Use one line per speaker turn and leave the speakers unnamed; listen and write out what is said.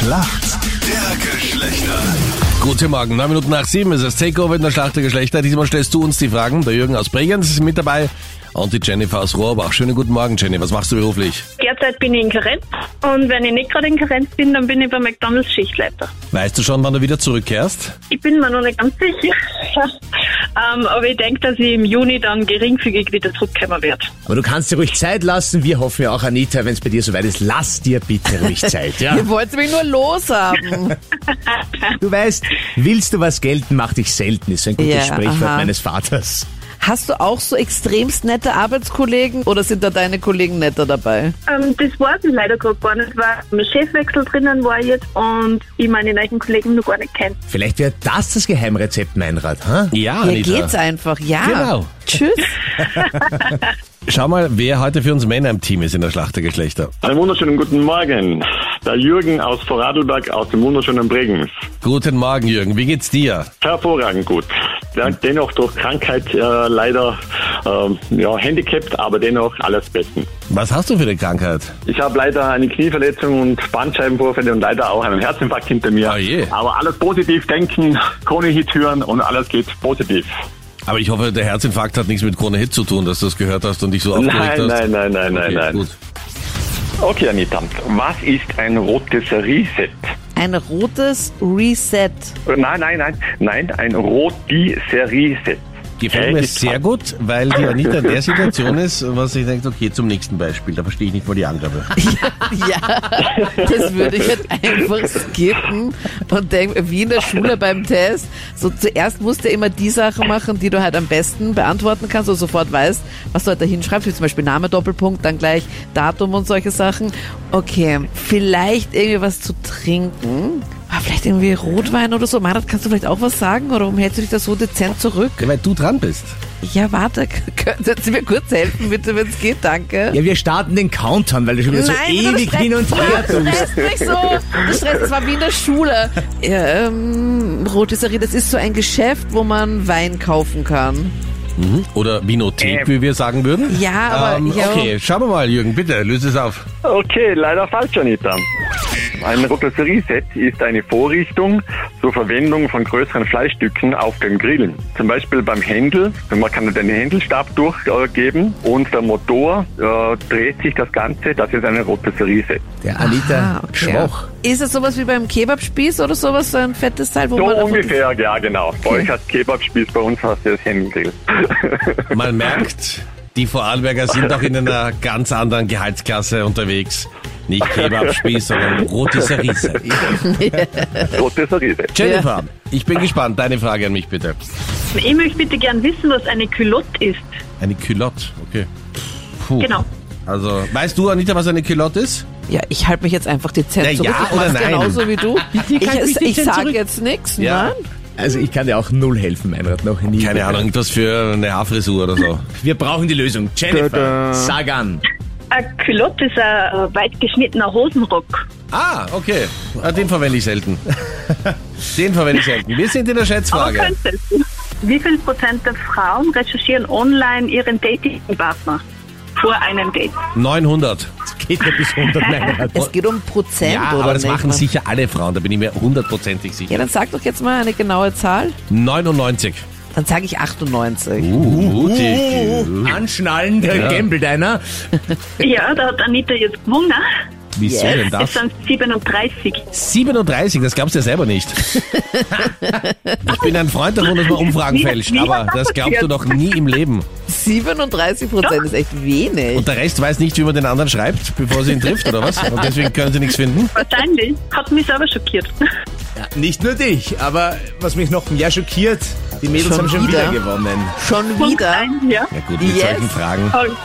Schlacht der Geschlechter.
Guten Morgen, neun Minuten nach sieben ist das Takeover in der Schlacht der Geschlechter. Diesmal stellst du uns die Fragen. Der Jürgen aus Bregenz ist mit dabei und die Jennifer aus Rohrbach. Schönen guten Morgen, Jenny. Was machst du beruflich?
Derzeit bin ich in Karenz und wenn ich nicht gerade in Karenz bin, dann bin ich bei McDonalds Schichtleiter.
Weißt du schon, wann du wieder zurückkehrst?
Ich bin mir noch nicht ganz sicher, ähm, aber ich denke, dass ich im Juni dann geringfügig wieder zurückkommen werde.
Aber du kannst dir ruhig Zeit lassen. Wir hoffen ja auch, Anita, wenn es bei dir soweit ist, lass dir bitte ruhig Zeit. Ja?
Ihr wollt mich nur loshaben.
Du weißt, willst du was gelten, mach dich selten. Ist ein gutes
Ja,
Sprichwort
aha.
meines Vaters.
Hast du auch so extremst nette Arbeitskollegen oder sind da deine Kollegen netter dabei?
Ähm, das weiß ich leider gerade gar nicht, weil ein Chefwechsel drinnen war jetzt und ich meine neuen Kollegen noch gar nicht kenne.
Vielleicht wäre das das Geheimrezept, Meinrad. Ha?
Ja,
Hier geht's einfach, ja.
Ah, Genau.
Tschüss.
Schau mal, wer heute für uns Männer im Team ist in der Schlacht der Geschlechter.
Einen wunderschönen guten Morgen. Der Jürgen aus Vorarlberg aus dem wunderschönen Bregenz.
Guten Morgen, Jürgen. Wie geht's dir?
Hervorragend gut. Ja, Dennoch durch Krankheit äh, leider ähm, ja, handicapped, aber dennoch alles besten.
Was hast du für eine Krankheit?
Ich habe leider eine Knieverletzung und Bandscheibenvorfälle und leider auch einen Herzinfarkt hinter mir.
Ah, je.
Aber alles positiv denken, Krone Hit hören und alles geht positiv.
Aber ich hoffe, der Herzinfarkt hat nichts mit Krone Hit zu tun, dass du das gehört hast und dich so aufgeregt
Nein,
hast.
nein, nein, nein, nein,
okay,
nein.
Gut.
Okay, Anita, was ist ein Rotisserie-Set?
Ein rotes Reset.
Äh, Nein, nein, nein, nein, ein Rotisserie-Set. Äh,
Gefällt mir sehr gut, weil die Anita in der Situation ist, was ich denke, okay, zum nächsten Beispiel. Da verstehe ich nicht mal die Angabe.
Ja, das würde ich jetzt einfach skippen und denke, wie in der Schule beim Test. So zuerst musst du immer die Sache machen, die du halt am besten beantworten kannst und sofort weißt, was du halt da hinschreibst, wie zum Beispiel Name, Doppelpunkt, dann gleich Datum und solche Sachen. Okay, vielleicht irgendwie was zu trinken. Ah, Vielleicht irgendwie Rotwein oder so. Marat, kannst du vielleicht auch was sagen? Oder warum hältst du dich da so dezent zurück?
Ja, weil du dran bist.
Ja, warte, könntet ihr mir kurz helfen, bitte, wenn es geht, danke.
Ja, wir starten den Countdown, weil du schon wieder
Nein,
so
du
ewig
stresst-
hin und her
Du
tust.
stresst mich so. Du stresst, es war wie in der Schule. Ja, ähm, Rotisserie, das ist so ein Geschäft, wo man Wein kaufen kann.
Oder Vinothek, wie wir sagen würden.
Ja, aber-
Ähm,
ja.
Okay, schauen wir mal, Jürgen, bitte, löse es auf.
Okay, leider falsch, Anita. Ein Rotisserie-Set ist eine Vorrichtung zur Verwendung von größeren Fleischstücken auf dem Grillen. Zum Beispiel beim Händel. Man kann den Händelstab durchgeben und der Motor äh, dreht sich das Ganze. Das ist ein Rotisserie-Set.
Der Anita
Ah, okay.
Schroch.
Ist das sowas wie beim Kebabspieß oder sowas, so ein fettes Teil, wo
So
man...
ungefähr, ja genau. Bei euch hat Kebabspieß, bei uns hast du das Händel.
Man merkt, die Vorarlberger sind auch in einer ganz anderen Gehaltsklasse unterwegs. Nicht Kebabspieß, sondern Rotisserie.
Rotisserie-Set.
Jennifer, ich bin gespannt. Deine Frage an mich bitte.
Ich möchte bitte gern wissen, was eine Culotte ist.
Eine Culotte, okay. Puh.
Genau.
Also, weißt du, Anita, was eine Culotte ist?
Ja, ich halte mich jetzt einfach dezent
Na ja,
zurück. ich
oder
mach's
nein?
genauso wie du.
Ich halte mich
Ich, ich
dezent
sage
zurück.
jetzt nichts,
Ja.
nein.
Also ich kann dir auch null helfen, Meinrad, noch nie.
Keine Ahnung, irgendwas für eine Haarfrisur oder so.
Wir brauchen die Lösung. Jennifer, sag an.
Eine Culotte ist ein äh, weit geschnittener Hosenrock.
Ah, okay. Ah, den verwende ich selten. Den verwende ich selten. Wir sind in der
Aber
Schätzfrage.
könnte es. Wie viel Prozent der Frauen recherchieren online ihren Datingpartner vor einem Date?
900.
Geht nur bis 100, Meinrad.
Es geht um Prozent,
Ja,
oder
aber das
nicht? ne?
machen sicher alle Frauen, da bin ich mir hundertprozentig
Ja,
sicher.
dann sag doch jetzt mal eine genaue Zahl.
99.
Dann sage ich 98.
Uh,
Uh, anschnallen, der
Ja.
Gambelt einer.
Ja, da hat Anita jetzt gewonnen. ne?
Wieso
Yes.
denn
Es
das?
sind 37.
37, das glaubst du ja selber nicht. Ich bin ein Freund davon, dass man Umfragen
Wie-
fälscht,
wie hat
aber
das
das glaubst du
passiert?
doch nie im Leben.
37 Prozent ist echt wenig.
Und der Rest weiß nicht, wie man den anderen schreibt, bevor sie ihn trifft, oder was? Und deswegen können sie nichts finden.
Wahrscheinlich. Hat mich selber schockiert.
Ja, nicht nur dich, aber was mich noch mehr schockiert, die Mädels
Schon
haben schon wieder,
wieder?
gewonnen.
Schon wieder?
Nein, ja.
Ja gut, mit
Yes.
solchen Fragen.
Toll.